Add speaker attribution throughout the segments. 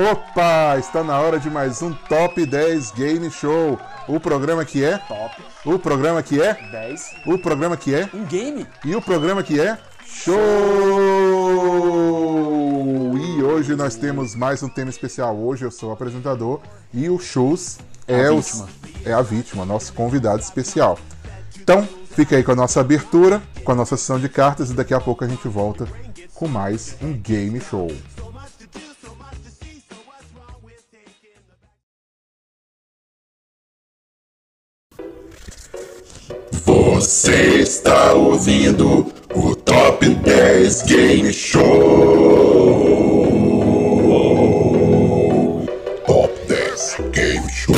Speaker 1: Opa, está na hora de mais um Top 10 Game Show. O programa que é,
Speaker 2: Top
Speaker 1: o programa que é,
Speaker 2: 10.
Speaker 1: o programa que é
Speaker 2: Um game?
Speaker 1: e o programa que é Show! E hoje nós temos mais um tema especial. Hoje eu sou o apresentador e o Shows é,
Speaker 2: A
Speaker 1: o-
Speaker 2: vítima.
Speaker 1: é a vítima, nosso convidado especial. Então, fica aí com a nossa abertura, com a nossa sessão de cartas e daqui a pouco a gente volta com mais um Game Show.
Speaker 3: Você está ouvindo o Top 10 Game Show. Top 10 Game Show.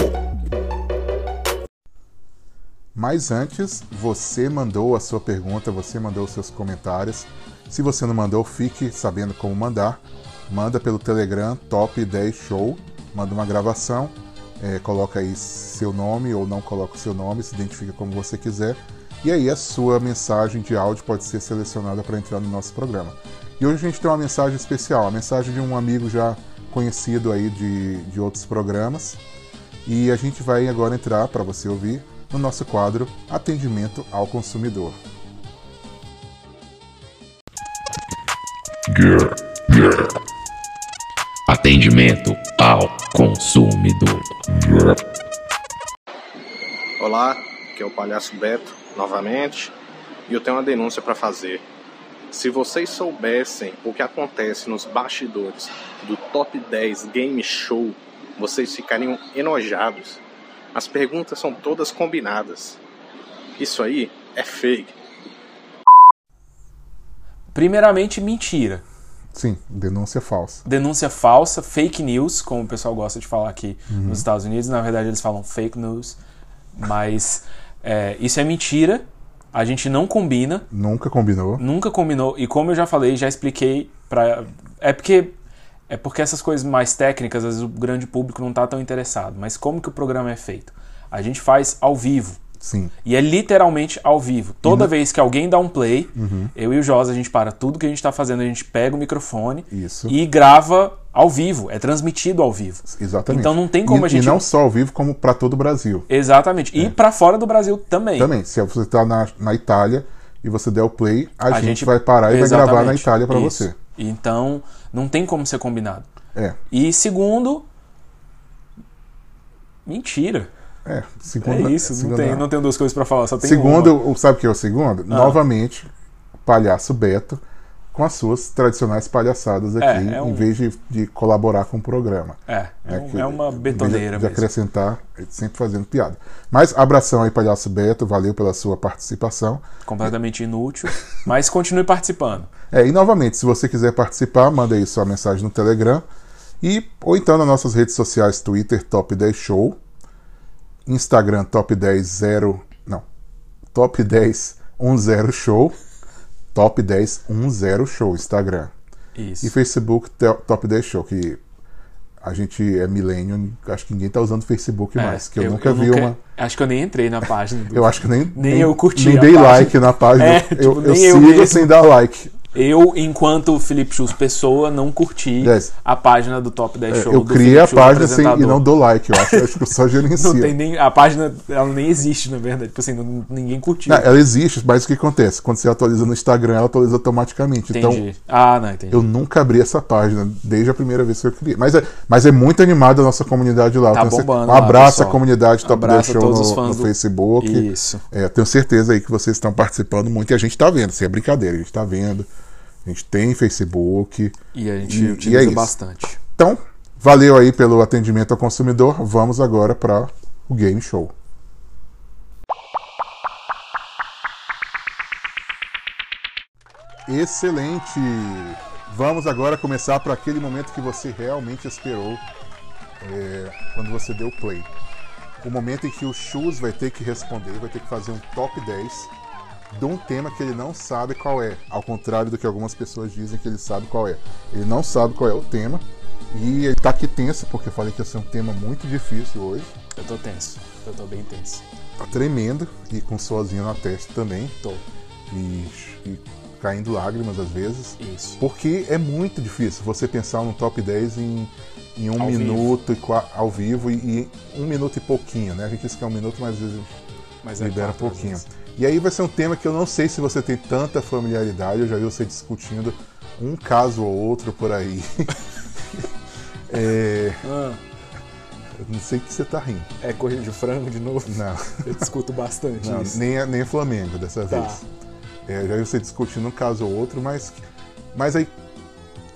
Speaker 1: Mas antes, você mandou a sua pergunta, você mandou os seus comentários. Se você não mandou, fique sabendo como mandar. Manda pelo Telegram Top 10 Show, manda uma gravação, eh, coloca aí seu nome ou não coloca o seu nome, se identifica como você quiser. E aí a sua mensagem de áudio pode ser selecionada para entrar no nosso programa. E hoje a gente tem uma mensagem especial, a mensagem de um amigo já conhecido aí de, de outros programas. E a gente vai agora entrar, para você ouvir, no nosso quadro Atendimento ao Consumidor.
Speaker 4: Grr, grr. Atendimento ao consumidor. Grr.
Speaker 5: Olá, aqui é o Palhaço Beto novamente e eu tenho uma denúncia para fazer. Se vocês soubessem o que acontece nos bastidores do Top 10 Game Show, vocês ficariam enojados. As perguntas são todas combinadas. Isso aí é fake.
Speaker 2: Primeiramente, mentira.
Speaker 1: Sim, denúncia falsa.
Speaker 2: Denúncia falsa, fake news, como o pessoal gosta de falar aqui nos Estados Unidos. Na verdade, eles falam fake news. Mas é, isso é mentira. A gente não combina,
Speaker 1: Nunca combinou.
Speaker 2: nunca combinou. E como eu já falei, já expliquei pra. É porque. É porque essas coisas mais técnicas, às vezes o grande público não tá tão interessado. Mas como que o programa é feito? A gente faz ao vivo.
Speaker 1: Sim.
Speaker 2: E é literalmente ao vivo. Toda
Speaker 1: Uhum.
Speaker 2: vez que alguém dá um play, eu e o Josa, a gente para tudo que a gente tá fazendo, a gente pega o microfone
Speaker 1: Isso.
Speaker 2: e grava ao vivo. É transmitido ao vivo.
Speaker 1: Exatamente.
Speaker 2: Então não tem
Speaker 1: e,
Speaker 2: como a gente-
Speaker 1: E não só ao vivo, como para todo o Brasil.
Speaker 2: Exatamente. E pra fora do Brasil também.
Speaker 1: Também, se você está na, na Itália e você der o play, a,
Speaker 2: A
Speaker 1: gente, vai parar e vai gravar na
Speaker 2: Exatamente.
Speaker 1: Itália para
Speaker 2: Isso.
Speaker 1: você.
Speaker 2: Então, não tem como ser combinado.
Speaker 1: É,
Speaker 2: E segundo. Mentira.
Speaker 1: é.
Speaker 2: É
Speaker 1: Segunda,
Speaker 2: isso. Não
Speaker 1: segunda-
Speaker 2: tem, não tenho duas coisas pra falar, só tem uma. Ah.
Speaker 1: Segundo, o- sabe o que é o segundo? Novamente, palhaço Beto com as suas tradicionais palhaçadas aqui,
Speaker 2: É, é um-
Speaker 1: em vez de, de colaborar com o programa.
Speaker 2: É, é,
Speaker 1: né,
Speaker 2: um-
Speaker 1: que-
Speaker 2: é uma
Speaker 1: em vez
Speaker 2: betoneira
Speaker 1: De, de
Speaker 2: mesmo.
Speaker 1: acrescentar, sempre fazendo piada. Mas abração aí, palhaço Beto, valeu pela sua participação.
Speaker 2: Completamente inútil. Mas continue participando.
Speaker 1: É, e novamente, se você quiser participar, manda aí sua mensagem no Telegram. E, ou então nas nossas redes sociais, Twitter, Top 10 Show, Instagram, Top 10 0... Não, Top 10 10 Show, Top 10 10 Show, Instagram.
Speaker 2: Isso.
Speaker 1: E Facebook, Te- Top 10 Show, que a gente é milênio, acho que ninguém tá usando Facebook
Speaker 2: É,
Speaker 1: mais, que eu, nunca vi uma...
Speaker 2: Acho que eu nem entrei na página. Do...
Speaker 1: Eu acho que nem,
Speaker 2: Nem eu curti
Speaker 1: nem
Speaker 2: a
Speaker 1: dei
Speaker 2: página.
Speaker 1: like na página.
Speaker 2: É, tipo,
Speaker 1: eu eu
Speaker 2: nem eu
Speaker 1: sigo
Speaker 2: mesmo.
Speaker 1: sem dar like.
Speaker 2: Eu, enquanto Felipe Schultz pessoa, não curti
Speaker 1: Yes.
Speaker 2: a página do Top 10 Show.
Speaker 1: É, eu
Speaker 2: do
Speaker 1: criei a
Speaker 2: Felipe Schultz
Speaker 1: página sem, e
Speaker 2: apresentador.
Speaker 1: não dou like, eu acho, acho que eu só gerencio.
Speaker 2: Não tem nem, a página, ela nem existe, na verdade. Tipo assim, não- ninguém curtiu.
Speaker 1: Não, é, ela existe, mas o que acontece? Quando você atualiza no Instagram, ela atualiza automaticamente. Então,
Speaker 2: entendi. ah, não, entendi.
Speaker 1: eu nunca abri essa página desde a primeira vez que eu criei. Mas é, mas é muito animada a nossa comunidade lá. Eu
Speaker 2: Tá
Speaker 1: tenho cer-
Speaker 2: bombando
Speaker 1: um
Speaker 2: lá,
Speaker 1: abraço à
Speaker 2: pessoal.
Speaker 1: comunidade Top
Speaker 2: Abraço
Speaker 1: 10
Speaker 2: a
Speaker 1: Show
Speaker 2: todos os
Speaker 1: no,
Speaker 2: fãs
Speaker 1: no
Speaker 2: do-
Speaker 1: Facebook.
Speaker 2: Isso.
Speaker 1: É, tenho certeza aí que vocês estão participando muito e a gente tá vendo. Isso é brincadeira, a gente tá vendo. A gente tem Facebook.
Speaker 2: E a gente
Speaker 1: e- e é
Speaker 2: utiliza
Speaker 1: isso.
Speaker 2: bastante.
Speaker 1: Então, valeu aí pelo atendimento ao consumidor. Vamos agora para o Game Show. Excelente! Vamos agora começar para aquele momento que você realmente esperou é, quando você deu play. O momento em que o Shoes vai ter que responder, vai ter que fazer um top 10 de um tema que ele não sabe qual é. Ao contrário do que algumas pessoas dizem que ele sabe qual é. Ele não sabe qual é o tema. E ele tá aqui tenso, porque eu falei que ia ser um tema muito difícil hoje.
Speaker 2: Eu tô tenso. Eu tô bem tenso.
Speaker 1: Tá tremendo e com sozinho na testa também.
Speaker 2: Tô.
Speaker 1: E, e caindo lágrimas às vezes.
Speaker 2: Isso.
Speaker 1: Porque é muito difícil você pensar num top 10 em, em um
Speaker 2: Ao vivo.
Speaker 1: minuto e qua- ao vivo e, e um minuto e pouquinho, né? A gente diz que é um minuto, mas às vezes a gente
Speaker 2: Mas é
Speaker 1: libera um
Speaker 2: quatro, às
Speaker 1: pouquinho.
Speaker 2: vezes.
Speaker 1: E aí vai ser um tema que eu não sei se você tem tanta familiaridade, eu já vi você discutindo um caso ou outro por aí. é,
Speaker 2: Ah,
Speaker 1: eu não sei o que você tá rindo.
Speaker 2: é corrida de frango de novo?
Speaker 1: Não,
Speaker 2: Eu discuto bastante
Speaker 1: não,
Speaker 2: isso.
Speaker 1: nem, nem Flamengo dessa
Speaker 2: Tá.
Speaker 1: vez. É, já vi você discutindo um caso ou outro, mas, mas aí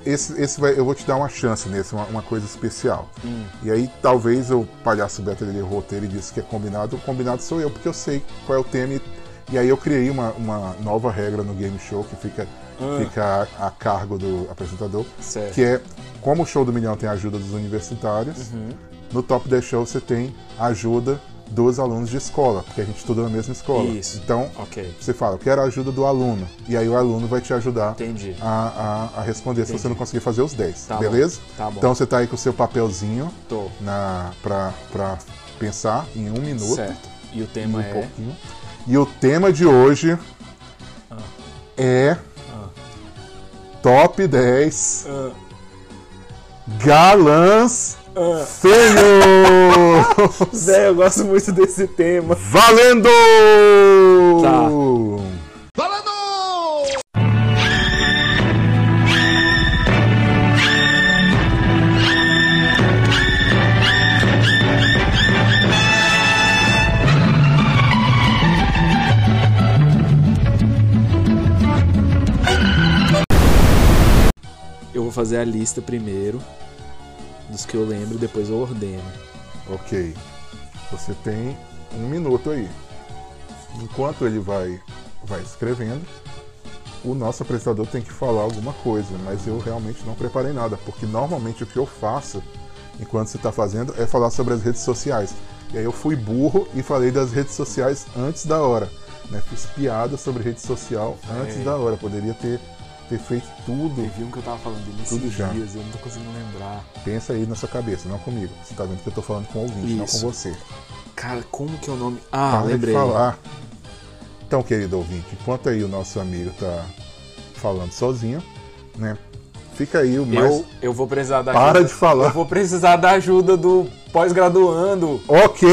Speaker 1: esse, esse vai, eu vou te dar uma chance nesse, uma, uma coisa especial.
Speaker 2: Hum.
Speaker 1: E aí talvez o palhaço Beto ele errou o roteiro e disse que é combinado. O combinado sou eu, porque eu sei qual é o tema. E, e aí eu criei uma, uma nova regra no game show que fica, fica a, a cargo do apresentador,
Speaker 2: Ah. Certo.
Speaker 1: que é como o show do Milhão tem a ajuda dos universitários,
Speaker 2: Uhum.
Speaker 1: no Top 10 Show você tem a ajuda dos alunos de escola, porque a gente estuda na mesma escola.
Speaker 2: Isso.
Speaker 1: Então,
Speaker 2: Ok.
Speaker 1: você fala, eu quero a ajuda do aluno. E aí o aluno vai te ajudar
Speaker 2: Entendi.
Speaker 1: a, a- a responder se você não conseguir fazer os 10.
Speaker 2: Tá
Speaker 1: beleza?
Speaker 2: bom, tá bom.
Speaker 1: Então você tá aí com o seu papelzinho
Speaker 2: Tô.
Speaker 1: na, pra, pra pensar em um minuto.
Speaker 2: Certo. E o
Speaker 1: Um
Speaker 2: tema é.
Speaker 1: pouquinho. E o tema de hoje
Speaker 2: Ah.
Speaker 1: é Top 10
Speaker 2: Ah.
Speaker 1: Galãs
Speaker 2: Ah.
Speaker 1: Feios!
Speaker 2: Zé, eu gosto muito desse tema.
Speaker 1: Valendo!
Speaker 2: Tá. Eu vou fazer a lista primeiro dos que eu lembro, depois eu ordeno.
Speaker 1: Ok. Você tem um minuto aí. Enquanto ele vai, vai escrevendo, o nosso apresentador tem que falar alguma coisa, mas eu realmente não preparei nada, porque normalmente o que eu faço enquanto você está fazendo é falar sobre as redes sociais. E aí eu fui burro e falei das redes sociais antes da hora. Né? Fiz piada sobre rede social antes da hora. Poderia ter, ter feito tudo.
Speaker 2: Teve um que eu tava falando dele
Speaker 1: Tudo
Speaker 2: esses
Speaker 1: já.
Speaker 2: dias, eu não tô conseguindo lembrar.
Speaker 1: Pensa aí na sua cabeça, não comigo. Você tá vendo que eu tô falando com o ouvinte, não com
Speaker 2: Isso.
Speaker 1: você.
Speaker 2: Cara, como que é o nome? Ah,
Speaker 1: Para de
Speaker 2: lembrei.
Speaker 1: falar. Então, querido ouvinte, enquanto aí o nosso amigo tá falando sozinho, né? Fica aí o mais.
Speaker 2: Eu, eu vou precisar da
Speaker 1: Para
Speaker 2: ajuda.
Speaker 1: de falar.
Speaker 2: Eu vou precisar da ajuda do pós-graduando.
Speaker 1: Ok!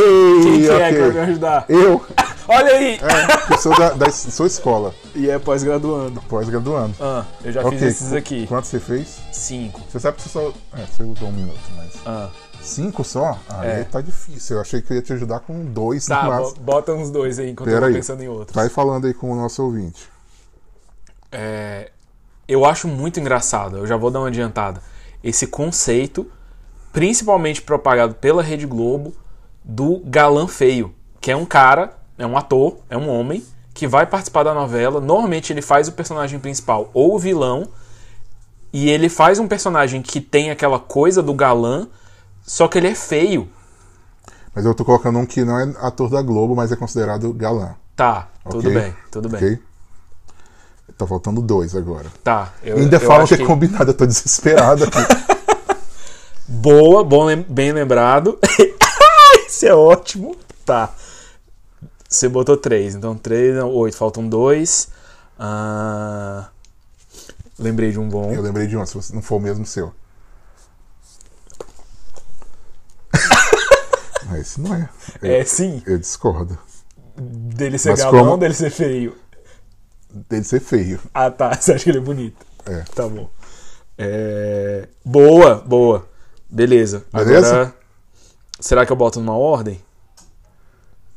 Speaker 2: Quem que
Speaker 1: ok.
Speaker 2: é que vai me ajudar?
Speaker 1: Eu,
Speaker 2: Olha aí!
Speaker 1: é, que sou da, da sou escola,
Speaker 2: E é pós-graduando.
Speaker 1: pós-graduando.
Speaker 2: Ah, eu já
Speaker 1: Ok,
Speaker 2: fiz esses
Speaker 1: qu-
Speaker 2: aqui.
Speaker 1: Quanto você fez?
Speaker 2: Cinco.
Speaker 1: Você sabe que você só. É, você usou um minuto, mas.
Speaker 2: Ah,
Speaker 1: Cinco só? Ah,
Speaker 2: É.
Speaker 1: aí tá difícil. Eu achei que eu ia te ajudar com dois no
Speaker 2: tá, bo-
Speaker 1: máximo.
Speaker 2: bota uns dois aí enquanto eu
Speaker 1: Pera
Speaker 2: tô
Speaker 1: aí.
Speaker 2: pensando em outros.
Speaker 1: Vai falando aí com o nosso ouvinte.
Speaker 2: É, eu acho muito engraçado, eu já vou dar uma adiantada. Esse conceito, principalmente propagado pela Rede Globo, do galã feio, que é um cara, é um ator, é um homem, que vai participar da novela. Normalmente ele faz o personagem principal ou o vilão, e ele faz um personagem que tem aquela coisa do galã, só que ele é feio.
Speaker 1: Mas eu tô colocando um que não é ator da Globo, mas é considerado galã.
Speaker 2: Tá, tudo
Speaker 1: Ok?
Speaker 2: bem, tudo bem.
Speaker 1: Ok? Tá faltando dois agora.
Speaker 2: Tá, eu,
Speaker 1: Ainda
Speaker 2: eu
Speaker 1: falam
Speaker 2: acho
Speaker 1: que é combinado, eu tô desesperado aqui.
Speaker 2: Boa, bom, lem- bem lembrado. Isso é ótimo. Tá. Você botou três, então três, não, oito, faltam dois. Ah, lembrei de um bom.
Speaker 1: eu lembrei de um, se você não for o mesmo seu. Mas esse não é. Eu,
Speaker 2: É, sim,
Speaker 1: eu discordo.
Speaker 2: dele ser
Speaker 1: Mas
Speaker 2: galão,
Speaker 1: como-
Speaker 2: dele ser feio.
Speaker 1: Dele ser feio.
Speaker 2: Ah, tá, você acha que ele é bonito.
Speaker 1: É.
Speaker 2: Tá bom. É, Boa, boa. Beleza.
Speaker 1: Beleza?
Speaker 2: Agora, será que eu boto numa ordem?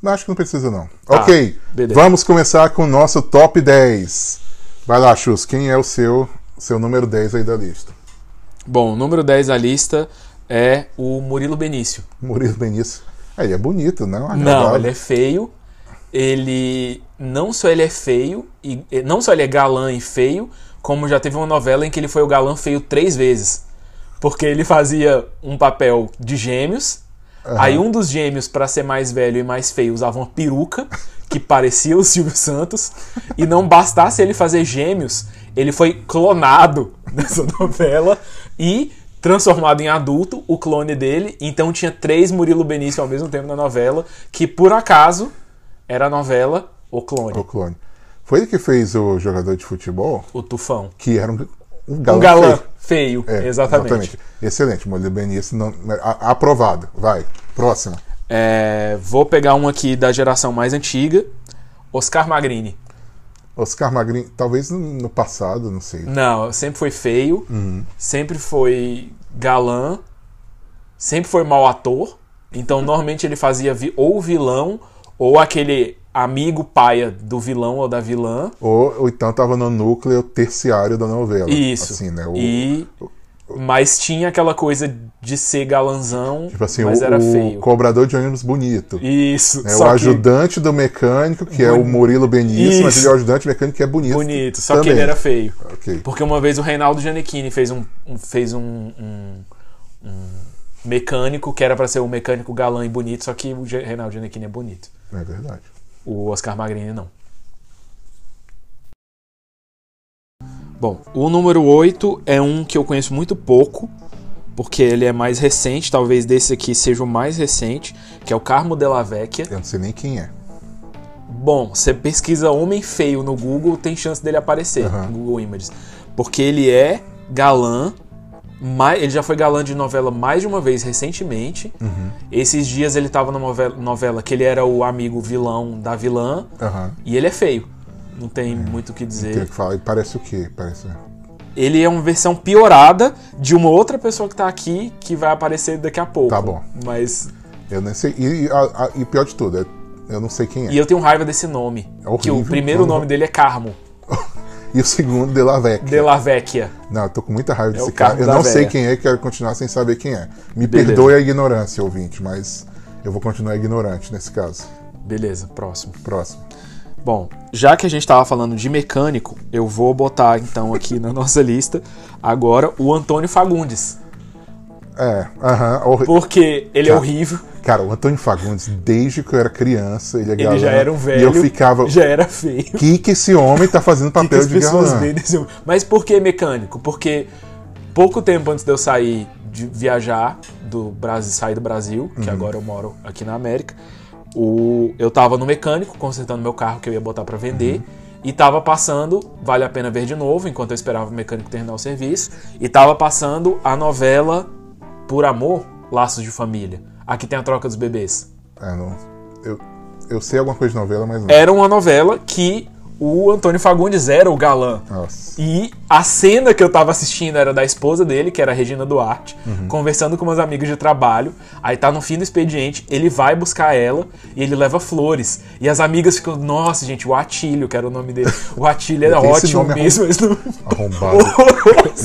Speaker 1: Não, acho que não precisa, não.
Speaker 2: Tá,
Speaker 1: ok,
Speaker 2: beleza.
Speaker 1: vamos começar com o nosso top 10. Vai lá, Chus, quem é o seu, seu número 10 aí da lista?
Speaker 2: Bom, o número 10 da lista é o Murilo Benício.
Speaker 1: Murilo Benício. Ah, ele é bonito, não?
Speaker 2: Não,
Speaker 1: Agradável.
Speaker 2: ele é feio. Ele não só ele é feio e e- não só ele é galã e feio, como já teve uma novela em que ele foi o galã feio três vezes, porque ele fazia um papel de gêmeos. Aí um dos gêmeos, pra ser mais velho e mais feio, usava uma peruca que parecia o Silvio Santos. E não bastasse ele fazer gêmeos, ele foi clonado nessa novela e transformado em adulto, o clone dele. Então tinha três Murilo Benício ao mesmo tempo na novela, que por acaso era a novela O Clone,
Speaker 1: O clone. Foi ele que fez o jogador de futebol?
Speaker 2: O Tufão.
Speaker 1: que era um, um um
Speaker 2: Um
Speaker 1: galã.
Speaker 2: galã
Speaker 1: feio.
Speaker 2: feio,
Speaker 1: É,
Speaker 2: exatamente.
Speaker 1: Excelente, Molho Benício. Não, é, a- aprovado. Vai. Próxima.
Speaker 2: É, vou pegar um aqui da geração mais antiga. Oscar Magrini.
Speaker 1: Oscar Magrin, talvez no, no passado, não sei.
Speaker 2: Não, sempre foi feio,
Speaker 1: Uhum.
Speaker 2: sempre foi galã, sempre foi mau ator. Então, normalmente ele fazia vi- ou vilão ou aquele amigo paia do vilão ou da vilã.
Speaker 1: Ou, ou então tava no núcleo terciário da novela.
Speaker 2: Isso.
Speaker 1: Assim, né? O,
Speaker 2: E mas tinha aquela coisa de ser galanzão,
Speaker 1: tipo assim,
Speaker 2: mas
Speaker 1: o,
Speaker 2: era
Speaker 1: o
Speaker 2: feio.
Speaker 1: cobrador de ônibus bonito.
Speaker 2: Isso,
Speaker 1: É
Speaker 2: só
Speaker 1: o
Speaker 2: que
Speaker 1: ajudante do mecânico, que é o Murilo Benício, mas
Speaker 2: Isso.
Speaker 1: ele é o ajudante mecânico que é bonito.
Speaker 2: bonito, só que
Speaker 1: também.
Speaker 2: ele era feio.
Speaker 1: Ok.
Speaker 2: Porque uma vez o Reinaldo Giannichini fez um, um- fez um, um- um mecânico que era pra ser um mecânico galã e bonito, só que o Gia- Reinaldo Giannichini é bonito.
Speaker 1: É verdade.
Speaker 2: O Oscar Magrini não. Bom, o número 8 é um que eu conheço muito pouco, porque ele é mais recente, talvez desse aqui seja o mais recente, que é o Carmo Della Vecchia.
Speaker 1: Eu não sei nem quem é.
Speaker 2: Bom, você pesquisa homem feio no Google, tem chance dele aparecer
Speaker 1: Aham.
Speaker 2: no Google Images. Porque ele é galã, mai- ele já foi galã de novela mais de uma vez recentemente.
Speaker 1: Uhum.
Speaker 2: Esses dias ele tava numa novela, novela que ele era o amigo vilão da vilã,
Speaker 1: Aham. É,
Speaker 2: e ele é feio. Não tem muito o que dizer.
Speaker 1: Tem que falar. Ele Parece o quê? Parece. né?
Speaker 2: Ele é uma versão piorada de uma outra pessoa que tá aqui, que vai aparecer daqui a pouco.
Speaker 1: Tá bom.
Speaker 2: Mas.
Speaker 1: Eu nem sei. E, e- a- a- e pior de tudo, é- eu não sei quem é.
Speaker 2: E eu tenho raiva desse nome.
Speaker 1: É
Speaker 2: que o
Speaker 1: horrível.
Speaker 2: primeiro nome dele é Carmo,
Speaker 1: E o segundo, De La Vecchia.
Speaker 2: de La Vecchia.
Speaker 1: Não, eu tô com muita raiva
Speaker 2: É
Speaker 1: desse
Speaker 2: o carro
Speaker 1: cara. Eu
Speaker 2: da
Speaker 1: não sei
Speaker 2: véia.
Speaker 1: quem é e quero continuar sem saber quem é. Me
Speaker 2: Beleza.
Speaker 1: perdoe a ignorância, ouvinte, mas eu vou continuar ignorante nesse caso.
Speaker 2: Beleza, próximo.
Speaker 1: Próximo.
Speaker 2: Bom, já que a gente tava falando de mecânico, eu vou botar então aqui na nossa lista agora o Antônio Fagundes.
Speaker 1: É, aham. horri-
Speaker 2: Porque ele é
Speaker 1: Cara,
Speaker 2: horrível,
Speaker 1: Cara, o Antônio Fagundes, desde que eu era criança, ele é galã.
Speaker 2: ele já era um velho.
Speaker 1: E eu ficava.
Speaker 2: Já era feio.
Speaker 1: O que, que esse homem tá fazendo
Speaker 2: que
Speaker 1: papel
Speaker 2: as
Speaker 1: de
Speaker 2: pessoas
Speaker 1: galã?
Speaker 2: veem nesse filme. Mas por que mecânico? Porque pouco tempo antes de eu sair de viajar do Brasil, sair do Brasil, que agora eu moro aqui na América, o, eu tava no mecânico consertando meu carro que eu ia botar pra vender. E tava passando, vale a pena ver de novo, enquanto eu esperava o mecânico terminar o serviço. E tava passando a novela Por Amor, Laços de Família. Aqui tem a troca dos bebês.
Speaker 1: É, não. Eu, eu sei alguma coisa de novela, mas não.
Speaker 2: Era uma novela que o Antônio Fagundes era o galã.
Speaker 1: Nossa.
Speaker 2: E a cena que eu tava assistindo era da esposa dele, que era a Regina Duarte,
Speaker 1: Uhum.
Speaker 2: conversando com umas amigas de trabalho. Aí tá no fim do expediente, ele vai buscar ela e ele leva flores. E as amigas ficam, nossa, gente, o Atílio, que era o nome dele. O Atílio é
Speaker 1: Esse
Speaker 2: ótimo
Speaker 1: nome é
Speaker 2: mesmo, esse nome,
Speaker 1: Arrombado.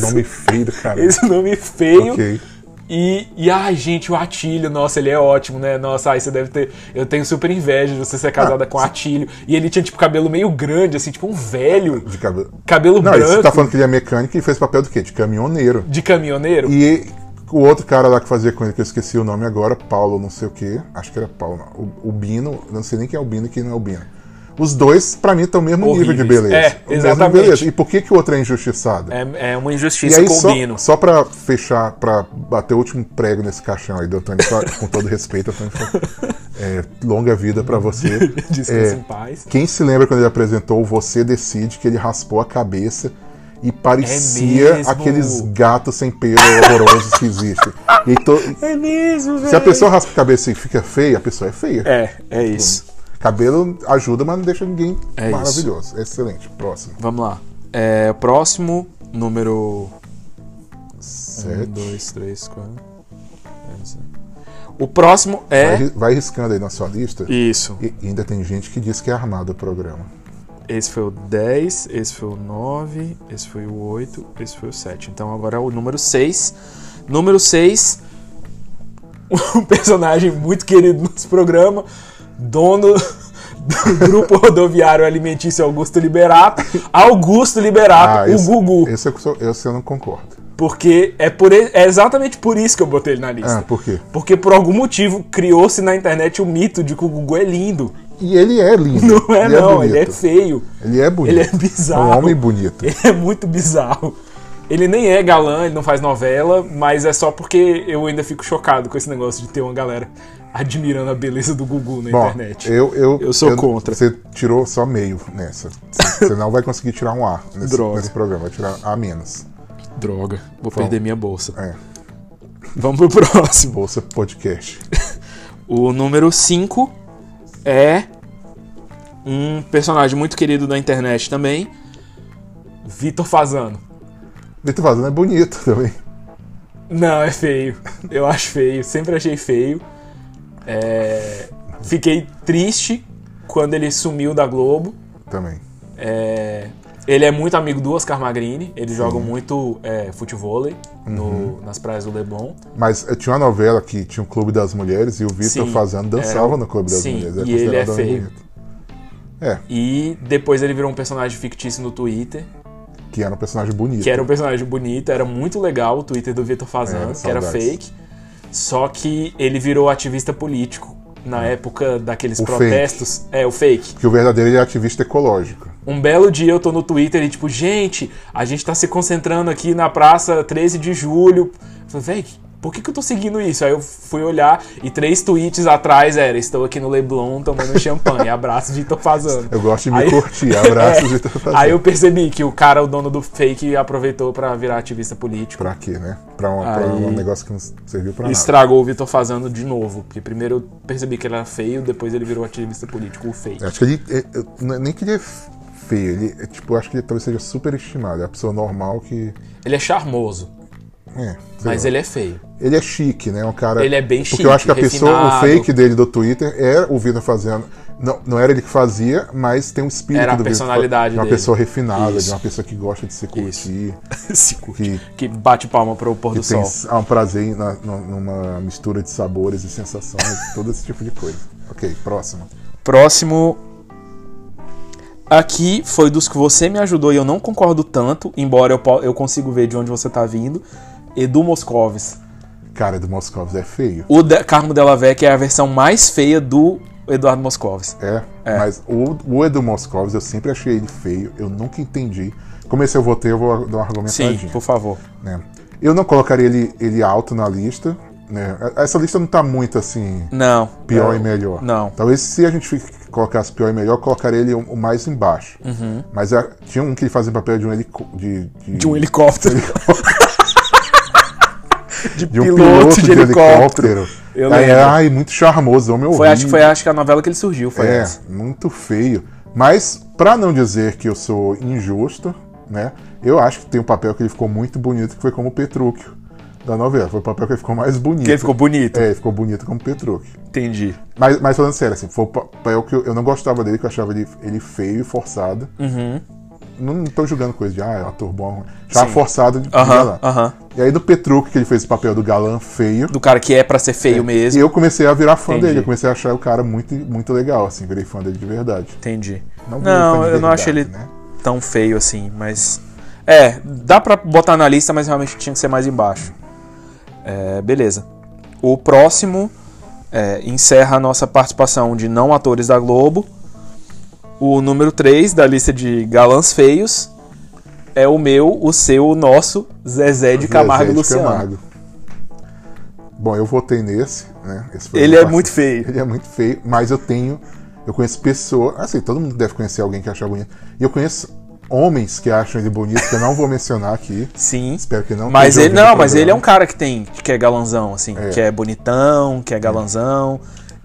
Speaker 1: nome é feio do cara.
Speaker 2: esse nome feio.
Speaker 1: Ok.
Speaker 2: E, e, ai, gente, o Atílio, nossa, ele é ótimo, né? Nossa, ai, você deve ter. Eu tenho super inveja de você ser casada
Speaker 1: Ah,
Speaker 2: com o Atílio. E ele tinha, tipo, cabelo meio grande, assim, tipo um velho.
Speaker 1: De cabelo.
Speaker 2: Cabelo
Speaker 1: Não,
Speaker 2: branco.
Speaker 1: isso tá falando que ele é mecânico e fez papel do quê? De caminhoneiro.
Speaker 2: De caminhoneiro?
Speaker 1: E o outro cara lá que fazia com ele, que eu esqueci o nome agora, Paulo não sei o quê, acho que era Paulo, não. O, o Bino, eu não sei nem quem é o Bino e quem não é o Bino. Os dois, pra mim, estão o mesmo nível de
Speaker 2: Horríveis.
Speaker 1: beleza.
Speaker 2: É,
Speaker 1: O mesmo
Speaker 2: exatamente.
Speaker 1: beleza. E por que, que o outro é injustiçado?
Speaker 2: É, é uma
Speaker 1: E
Speaker 2: injustiça
Speaker 1: aí,
Speaker 2: com o Bino.
Speaker 1: só, só pra fechar, pra bater o último prego nesse caixão aí do Antônio, Fa- com todo respeito, Antônio, Fa- é, longa vida pra você.
Speaker 2: Descansa
Speaker 1: É,
Speaker 2: em paz.
Speaker 1: quem se lembra quando ele apresentou o Você Decide, que ele raspou a cabeça e
Speaker 2: É
Speaker 1: parecia
Speaker 2: mesmo.
Speaker 1: aqueles gatos sem pelo horrorosos que existem. E aí to-
Speaker 2: É mesmo, velho.
Speaker 1: Se a pessoa raspa a cabeça e fica feia, a pessoa é feia.
Speaker 2: É, é isso.
Speaker 1: Cabelo ajuda, mas não deixa ninguém
Speaker 2: É
Speaker 1: maravilhoso. Excelente. Próximo.
Speaker 2: Vamos lá. É, próximo, número um,
Speaker 1: Sete.
Speaker 2: dois, três, quatro. é, isso. O próximo é.
Speaker 1: Vai, ri- vai riscando aí na sua lista.
Speaker 2: Isso.
Speaker 1: E ainda tem gente que diz que é armado o programa.
Speaker 2: Esse foi o 10, esse foi o 9, esse foi o 8, esse foi o 7. Então agora é o número 6. Número 6, um personagem muito querido no nosso programa, dono do grupo rodoviário alimentício Augusto Liberato, Augusto Liberato, Ah, o
Speaker 1: Ah, esse,
Speaker 2: Gugu.
Speaker 1: Esse eu, sou- esse eu não concordo.
Speaker 2: Porque é, por, e- é exatamente por isso que eu botei ele na lista.
Speaker 1: Ah, por quê?
Speaker 2: Porque por algum motivo criou-se na internet o mito de que o Gugu é lindo.
Speaker 1: E ele é lindo.
Speaker 2: Não é
Speaker 1: ele
Speaker 2: não,
Speaker 1: É
Speaker 2: ele é
Speaker 1: bonito.
Speaker 2: feio.
Speaker 1: Ele é bonito.
Speaker 2: Ele é bizarro.
Speaker 1: É um homem bonito.
Speaker 2: Ele é muito bizarro. Ele nem é galã, ele não faz novela, mas é só porque eu ainda fico chocado com esse negócio de ter uma galera admirando a beleza do Gugu na
Speaker 1: Bom,
Speaker 2: internet.
Speaker 1: Eu, eu,
Speaker 2: Eu sou contra.
Speaker 1: Você tirou só meio nessa. Você você não vai conseguir tirar um A nesse,
Speaker 2: Droga.
Speaker 1: nesse programa, vai tirar A menos.
Speaker 2: Droga, vou perder minha bolsa.
Speaker 1: É.
Speaker 2: Vamos pro próximo.
Speaker 1: Bolsa Podcast.
Speaker 2: O número 5 é um personagem muito querido da internet também, Vitor Fazano.
Speaker 1: Vitor Fazano é bonito também.
Speaker 2: Não, é feio. Eu acho feio, sempre achei feio. É, Fiquei triste quando ele sumiu da Globo.
Speaker 1: Também.
Speaker 2: É, Ele é muito amigo do Oscar Magrini, eles jogam muito é, futevôlei
Speaker 1: Uhum.
Speaker 2: no- nas praias do Leblon.
Speaker 1: Mas eh, tinha uma novela que tinha o Clube das Mulheres e o Vitor
Speaker 2: Sim,
Speaker 1: Fazano dançava
Speaker 2: era- um
Speaker 1: no Clube das
Speaker 2: sim,
Speaker 1: Mulheres.
Speaker 2: e ele é
Speaker 1: considerado um
Speaker 2: feio.
Speaker 1: bonito. É,
Speaker 2: E depois ele virou um personagem fictício no Twitter,
Speaker 1: que era um personagem bonito.
Speaker 2: que era um personagem bonito, era muito legal o Twitter do Vitor Fazano,
Speaker 1: Era,
Speaker 2: que era
Speaker 1: saudades.
Speaker 2: fake. Só que ele virou ativista político na época daqueles
Speaker 1: O
Speaker 2: protestos. É, o fake.
Speaker 1: Porque o verdadeiro ele é ativista ecológico.
Speaker 2: Um belo dia eu tô no Twitter e tipo, gente, a gente tá se concentrando aqui na praça 13 de julho. Eu Falei, véi, por que, que eu tô seguindo isso? Aí eu fui olhar e três tweets atrás era: estou aqui no Leblon tomando champanhe, abraço de Vitor Fazano.
Speaker 1: Eu gosto de me
Speaker 2: Aí- É.
Speaker 1: curtir. Abraços e tudo
Speaker 2: Aí eu percebi que o cara, o dono do fake, aproveitou pra virar ativista político.
Speaker 1: Pra quê, né? Pra um, pra
Speaker 2: Aí-
Speaker 1: um negócio que não serviu pra
Speaker 2: E
Speaker 1: nada.
Speaker 2: estragou o Vitor Fazano de novo. Porque primeiro eu percebi que ele era feio, depois ele virou ativista político, o fake.
Speaker 1: Acho que ele. eh, eu n- nem que ele é feio. Ele, é, tipo, eu acho que ele talvez seja superestimado. É a pessoa normal que.
Speaker 2: Ele é charmoso,
Speaker 1: É, sei
Speaker 2: mas
Speaker 1: lá.
Speaker 2: ele é feio.
Speaker 1: Ele é chique, né? Um cara.
Speaker 2: Ele é bem
Speaker 1: Porque
Speaker 2: chique,
Speaker 1: eu acho que a pessoa, o
Speaker 2: refinado.
Speaker 1: fake dele do Twitter era o Vitor fazendo. Não, não era ele que fazia, mas tem um espírito
Speaker 2: Era a
Speaker 1: do Vitor.
Speaker 2: personalidade
Speaker 1: de uma
Speaker 2: dele.
Speaker 1: pessoa refinada, de
Speaker 2: Isso.
Speaker 1: uma pessoa que gosta de se curtir,
Speaker 2: Se curte.
Speaker 1: que,
Speaker 2: Que bate palma pro pôr do
Speaker 1: que tem
Speaker 2: sol.
Speaker 1: s- há um prazer na- na- numa mistura de sabores e sensações, todo esse tipo de coisa. Ok, próximo.
Speaker 2: Próximo. Aqui foi dos que você me ajudou e eu não concordo tanto, embora eu, po- eu consigo ver de onde você tá vindo. Edu Moscovis.
Speaker 1: Cara, do Moscovitz é feio.
Speaker 2: O de Carmo Della Vecchia é a versão mais feia do Eduardo Moscovis.
Speaker 1: É, mas o, o Edu Moscovitz eu sempre achei ele feio, eu nunca entendi. Como esse eu votei, eu vou dar uma argumentadinha.
Speaker 2: Sim, por favor.
Speaker 1: né? Eu não colocaria ele, ele alto na lista. Né? Essa lista não tá muito assim,
Speaker 2: Não.
Speaker 1: pior
Speaker 2: É,
Speaker 1: e melhor.
Speaker 2: Não.
Speaker 1: Talvez se a gente fi- colocasse pior e melhor, eu colocaria ele o o mais embaixo. Mas ah, tinha um que ele fazia papel de um helico de, de,
Speaker 2: Uhum. De um helicóptero.
Speaker 1: de um
Speaker 2: piloto de helicóptero. Eu
Speaker 1: Aí,
Speaker 2: lembro.
Speaker 1: ai, muito charmoso, homem
Speaker 2: Foi, acho, que
Speaker 1: horrível.
Speaker 2: foi acho que a novela que ele surgiu, foi
Speaker 1: É,
Speaker 2: essa.
Speaker 1: muito feio. Mas, pra não dizer que eu sou injusto, né? Eu acho que tem um papel que ele ficou muito bonito, que foi como Petrúquio da novela. Foi o papel que ele ficou mais bonito.
Speaker 2: Que ele ficou bonito.
Speaker 1: É, ele ficou bonito como Petrúquio.
Speaker 2: Entendi.
Speaker 1: Mas, mas falando sério, assim, foi o papel que eu, eu não gostava dele, que eu achava ele, ele feio e forçado.
Speaker 2: Uhum.
Speaker 1: Não, não tô julgando coisa de, ah, é um ator bom. Já forçado de
Speaker 2: Aham,
Speaker 1: galã.
Speaker 2: aham.
Speaker 1: E aí do Petrúquio, que ele fez o papel do galã feio,
Speaker 2: Do cara que é pra ser feio mesmo.
Speaker 1: e eu comecei a virar fã
Speaker 2: Entendi.
Speaker 1: dele. Eu comecei a achar o cara muito, muito legal, assim, virei fã dele de verdade.
Speaker 2: Entendi.
Speaker 1: Não,
Speaker 2: Não,
Speaker 1: foi de
Speaker 2: eu não
Speaker 1: verdade,
Speaker 2: acho ele
Speaker 1: né?
Speaker 2: tão feio assim, mas. É, dá pra botar na lista, mas realmente tinha que ser mais embaixo. É, beleza. O próximo é, encerra a nossa participação de não atores da Globo. O número 3 da lista de galãs feios é o meu, o seu, o nosso Zezé de Camargo
Speaker 1: Zezé de
Speaker 2: Luciano.
Speaker 1: Camargo. Bom, eu votei nesse, né? Esse foi
Speaker 2: Ele
Speaker 1: meu
Speaker 2: é
Speaker 1: parceiro.
Speaker 2: muito feio.
Speaker 1: Ele é muito feio, mas eu tenho. Eu conheço pessoas. Assim, todo mundo deve conhecer alguém que acha bonito. E eu conheço homens que acham ele bonito, que eu não vou mencionar aqui.
Speaker 2: Sim.
Speaker 1: Espero que não.
Speaker 2: Mas
Speaker 1: esteja
Speaker 2: ele
Speaker 1: ouvindo
Speaker 2: não,
Speaker 1: o
Speaker 2: mas ele é um
Speaker 1: programa.
Speaker 2: cara que tem que é galanzão assim, que é bonitão, que é galanzão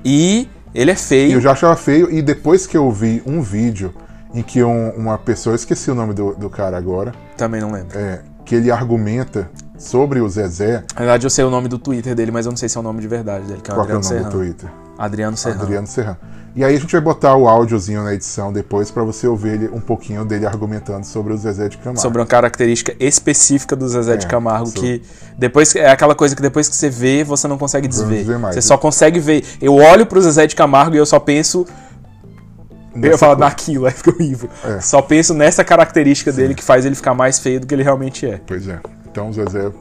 Speaker 2: e ele é
Speaker 1: E
Speaker 2: feio.
Speaker 1: Eu já achava feio, e depois que eu vi um vídeo em que um- uma pessoa, eu esqueci o nome do, do cara agora,
Speaker 2: Também não lembro.
Speaker 1: é, que ele argumenta sobre o Zezé.
Speaker 2: Na verdade eu sei o nome do Twitter dele, mas eu não sei se é o nome de verdade dele, que é o
Speaker 1: Qual que é o
Speaker 2: Adriano
Speaker 1: nome do
Speaker 2: Serrano.
Speaker 1: Twitter?
Speaker 2: Adriano Serrano.
Speaker 1: Adriano Serrano. E aí a gente vai botar o áudiozinho na edição depois pra você ouvir ele, um pouquinho dele argumentando sobre o Zezé de Camargo.
Speaker 2: Sobre uma característica específica do Zezé de
Speaker 1: É,
Speaker 2: Camargo,
Speaker 1: sou.
Speaker 2: que depois é aquela coisa que depois que você vê, você não consegue desver.
Speaker 1: ver mais.
Speaker 2: Você só consegue ver. Eu olho pro Zezé de Camargo e eu só penso Eu ia falar naquilo, aí fica horrível.
Speaker 1: É.
Speaker 2: Só penso nessa característica dele que faz ele ficar mais feio do que ele realmente é.
Speaker 1: Pois é. Então o Zezé,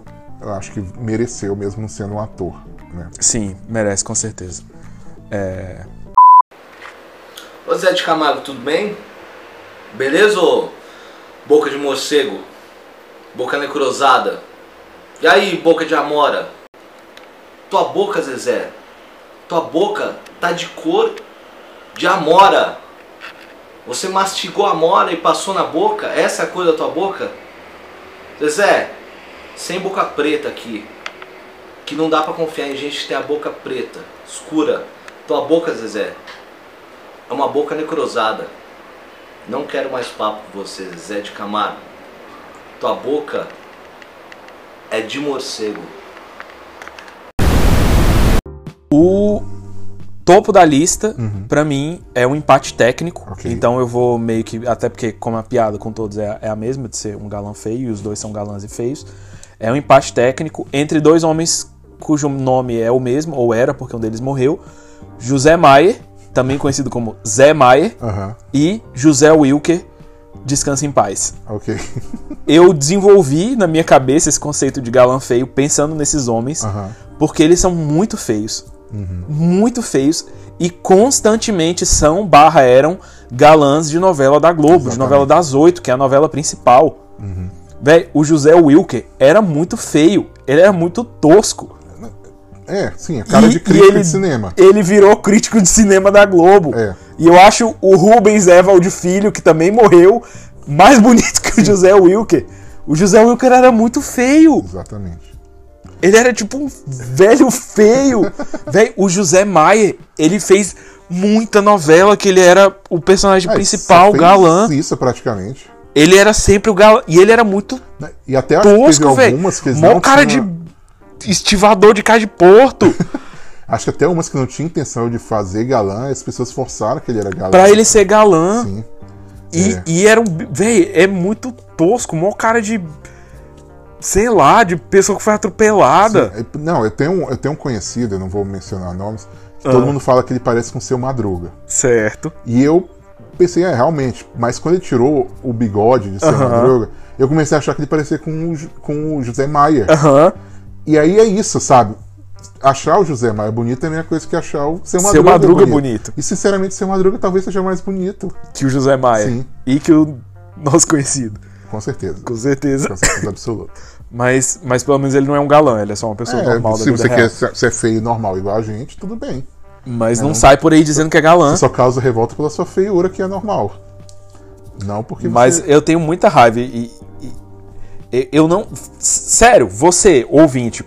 Speaker 1: eu acho que mereceu mesmo não sendo um ator. Né?
Speaker 2: Sim, merece, com certeza.
Speaker 6: Ô Zé de Camargo, tudo bem? Beleza, ô boca de morcego? Boca necrosada? E aí, boca de amora? Tua boca, Zezé, tua boca tá de cor de amora. Você mastigou a amora e passou na boca? Essa é a cor da tua boca? Zezé, sem boca preta aqui. Que não dá pra confiar em gente que tem a boca preta, escura. Tua boca, Zezé, é uma boca necrosada. Não quero mais papo com você, Zezé de Camargo. Tua boca é de morcego.
Speaker 2: O topo da lista, pra mim, é um empate técnico.
Speaker 1: Ok.
Speaker 2: Então eu vou meio que. Até porque, como a piada com todos é, é a mesma, de ser um galã feio, e os dois são galãs e feios. É um empate técnico entre dois homens cujo nome é o mesmo, ou era, porque um deles morreu: José Maier, também conhecido como Zé Maier,
Speaker 1: Aham,
Speaker 2: e José Wilker. Descansa em paz.
Speaker 1: ok.
Speaker 2: Eu desenvolvi na minha cabeça esse conceito de galã feio pensando nesses homens.
Speaker 1: Aham.
Speaker 2: Porque eles são muito feios.
Speaker 1: Uhum.
Speaker 2: Muito feios. E constantemente são, barra, eram galãs de novela da Globo, de novela das oito, que é a novela principal.
Speaker 1: Uhum.
Speaker 2: Véi, o José Wilker era muito feio. Ele era muito tosco.
Speaker 1: É, sim, é cara de crítica de cinema.
Speaker 2: Ele virou crítico de cinema da Globo.
Speaker 1: É.
Speaker 2: E eu acho o Rubens Evald Filho, que também morreu, mais bonito que o José Wilker. O José Wilker era muito feio.
Speaker 1: Exatamente.
Speaker 2: Ele era tipo um velho feio. velho, o José Maier, ele fez muita novela que ele era o personagem
Speaker 1: É,
Speaker 2: principal,
Speaker 1: só fez
Speaker 2: galã.
Speaker 1: Isso, praticamente.
Speaker 2: Ele era sempre o galã. E ele era muito
Speaker 1: Né? E até acho que teve
Speaker 2: tosco, velho.
Speaker 1: algumas que eles
Speaker 2: Mó
Speaker 1: não
Speaker 2: cara
Speaker 1: tinham-
Speaker 2: de estivador de cara de porto.
Speaker 1: Acho que até umas que não tinham intenção de fazer galã, as pessoas forçaram que ele era galã.
Speaker 2: pra ele ser galã.
Speaker 1: Sim.
Speaker 2: E,
Speaker 1: É.
Speaker 2: e era um. Véi, é muito tosco. Mó cara de. Sei lá, de pessoa que foi atropelada.
Speaker 1: É, Não, eu tenho, um- eu tenho um conhecido, eu não vou mencionar nomes, que
Speaker 2: Ah.
Speaker 1: todo mundo fala que ele parece com o seu Madruga.
Speaker 2: Certo.
Speaker 1: E eu pensei, é, realmente, mas quando ele tirou o bigode de seu Madruga, eu comecei a achar que ele parecia com o, Ju- com o José Maia.
Speaker 2: Aham.
Speaker 1: E aí é isso, sabe? Achar o José Maia bonito é a mesma coisa que achar o seu Madruga,
Speaker 2: Seu Madruga bonito.
Speaker 1: E sinceramente, seu Madruga talvez seja mais bonito.
Speaker 2: Que o José Maia.
Speaker 1: Sim.
Speaker 2: E que o nosso conhecido.
Speaker 1: Com certeza.
Speaker 2: Com certeza.
Speaker 1: Com certeza absoluta.
Speaker 2: Mas, mas pelo menos ele não é um galã, ele é só uma pessoa normal
Speaker 1: É,
Speaker 2: da
Speaker 1: se
Speaker 2: vida
Speaker 1: você
Speaker 2: real.
Speaker 1: quer ser ser feio e normal igual a gente, tudo bem.
Speaker 2: Mas não sai por aí dizendo que é galã.
Speaker 1: Você só causa revolta pela sua feiura, que é normal. Não porque
Speaker 2: Mas
Speaker 1: você...
Speaker 2: eu tenho muita raiva e, e- e- eu não. s- Sério, você, ouvinte,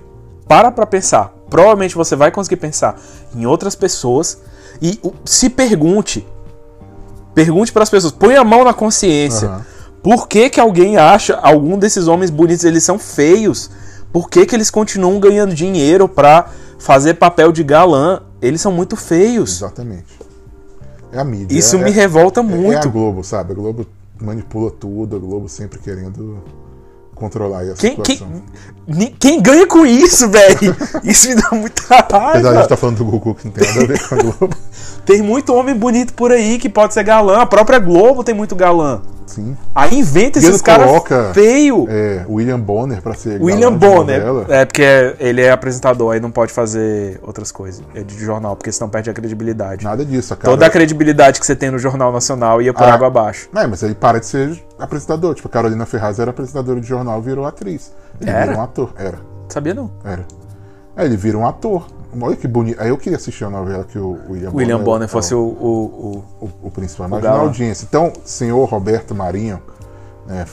Speaker 2: para pra pensar. Provavelmente você vai conseguir pensar em outras pessoas e o- se pergunte. Pergunte pras pessoas, põe a mão na consciência.
Speaker 1: Aham.
Speaker 2: Por que, que alguém acha algum desses homens bonitos? Eles são feios. Por que, que eles continuam ganhando dinheiro pra fazer papel de galã? Eles são muito feios.
Speaker 1: Exatamente. É a mídia.
Speaker 2: Isso
Speaker 1: é,
Speaker 2: me
Speaker 1: é-
Speaker 2: revolta
Speaker 1: é-
Speaker 2: muito.
Speaker 1: É a Globo, sabe? A Globo manipula tudo, a Globo sempre querendo controlar essa
Speaker 2: Quem, quem,
Speaker 1: situação.
Speaker 2: ni- quem ganha com isso, velho? Isso me dá muita
Speaker 1: Apesar de a
Speaker 2: raiva.
Speaker 1: gente tá falando do Goku que não tem nada a ver com a Globo.
Speaker 2: Tem muito homem bonito por aí que pode ser galã. A própria Globo tem muito galã.
Speaker 1: Sim.
Speaker 2: Aí inventa
Speaker 1: E ele
Speaker 2: esses caras
Speaker 1: coloca-
Speaker 2: feio.
Speaker 1: É, William Bonner pra ser
Speaker 2: William
Speaker 1: galã de
Speaker 2: Bonner.
Speaker 1: novela.
Speaker 2: É, porque ele é apresentador, aí não pode fazer outras coisas. É de jornal, porque senão perde a credibilidade.
Speaker 1: Nada disso, a cara.
Speaker 2: É. Toda a credibilidade que você tem no Jornal Nacional ia por
Speaker 1: Ah.
Speaker 2: água abaixo.
Speaker 1: É, mas ele para de ser apresentador. Tipo, a Carolina Ferraz era apresentadora de jornal e virou atriz. Ele
Speaker 2: Era?
Speaker 1: virou um ator. Era.
Speaker 2: Sabia não?
Speaker 1: Era. Aí ele vira um ator. Olha que bonito. Aí eu queria assistir a novela que o William,
Speaker 2: William
Speaker 1: Bonner,
Speaker 2: Bonner
Speaker 1: é
Speaker 2: fosse
Speaker 1: o,
Speaker 2: o, o- o-
Speaker 1: o, o principal.
Speaker 2: o
Speaker 1: Mas
Speaker 2: galã.
Speaker 1: na audiência. Então, senhor Roberto Marinho, né,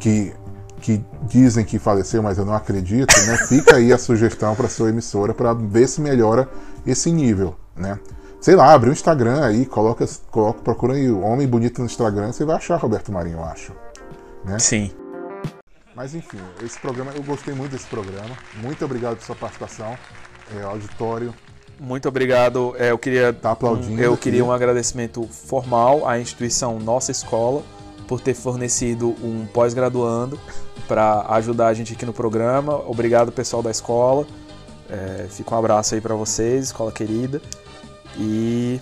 Speaker 1: que, que dizem que faleceu, mas eu não acredito, né? Fica aí a sugestão para sua emissora para ver se melhora esse nível, né? Sei lá, abre um Instagram aí, coloca, coloca, procura aí o Homem Bonito no Instagram, você vai achar Roberto Marinho, eu acho.
Speaker 2: Sim.
Speaker 1: Mas enfim, esse programa, eu gostei muito desse programa. Muito obrigado pela sua participação. É, auditório,
Speaker 2: Muito obrigado. É, eu queria
Speaker 1: Tá aplaudindo
Speaker 2: Eu
Speaker 1: aqui.
Speaker 2: queria um agradecimento formal à instituição Nossa Escola por ter fornecido um pós-graduando para ajudar a gente aqui no programa. Obrigado, pessoal da escola. É, fica um abraço aí para vocês, escola querida. E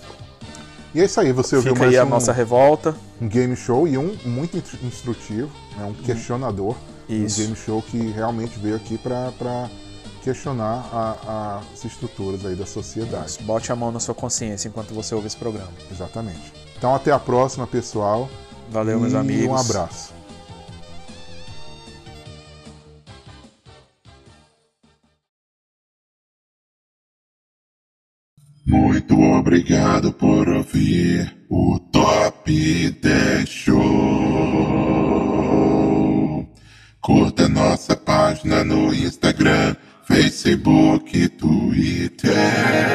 Speaker 1: E é isso aí, você ouviu
Speaker 2: fica aí
Speaker 1: mais
Speaker 2: a
Speaker 1: um,
Speaker 2: nossa revolta.
Speaker 1: um game show e um muito in- instrutivo, né, um questionador.
Speaker 2: Uhum. Isso.
Speaker 1: Um game show que realmente veio aqui pra pra questionar a- as estruturas aí da sociedade.
Speaker 2: Bote a mão na sua consciência enquanto você ouve esse programa.
Speaker 1: Exatamente. Então até a próxima, pessoal.
Speaker 2: Valeu,
Speaker 1: e
Speaker 2: meus amigos.
Speaker 1: um abraço.
Speaker 3: Muito obrigado por ouvir o Top 10 Show.
Speaker 1: Curta nossa página no Instagram, Facebook, Twitter.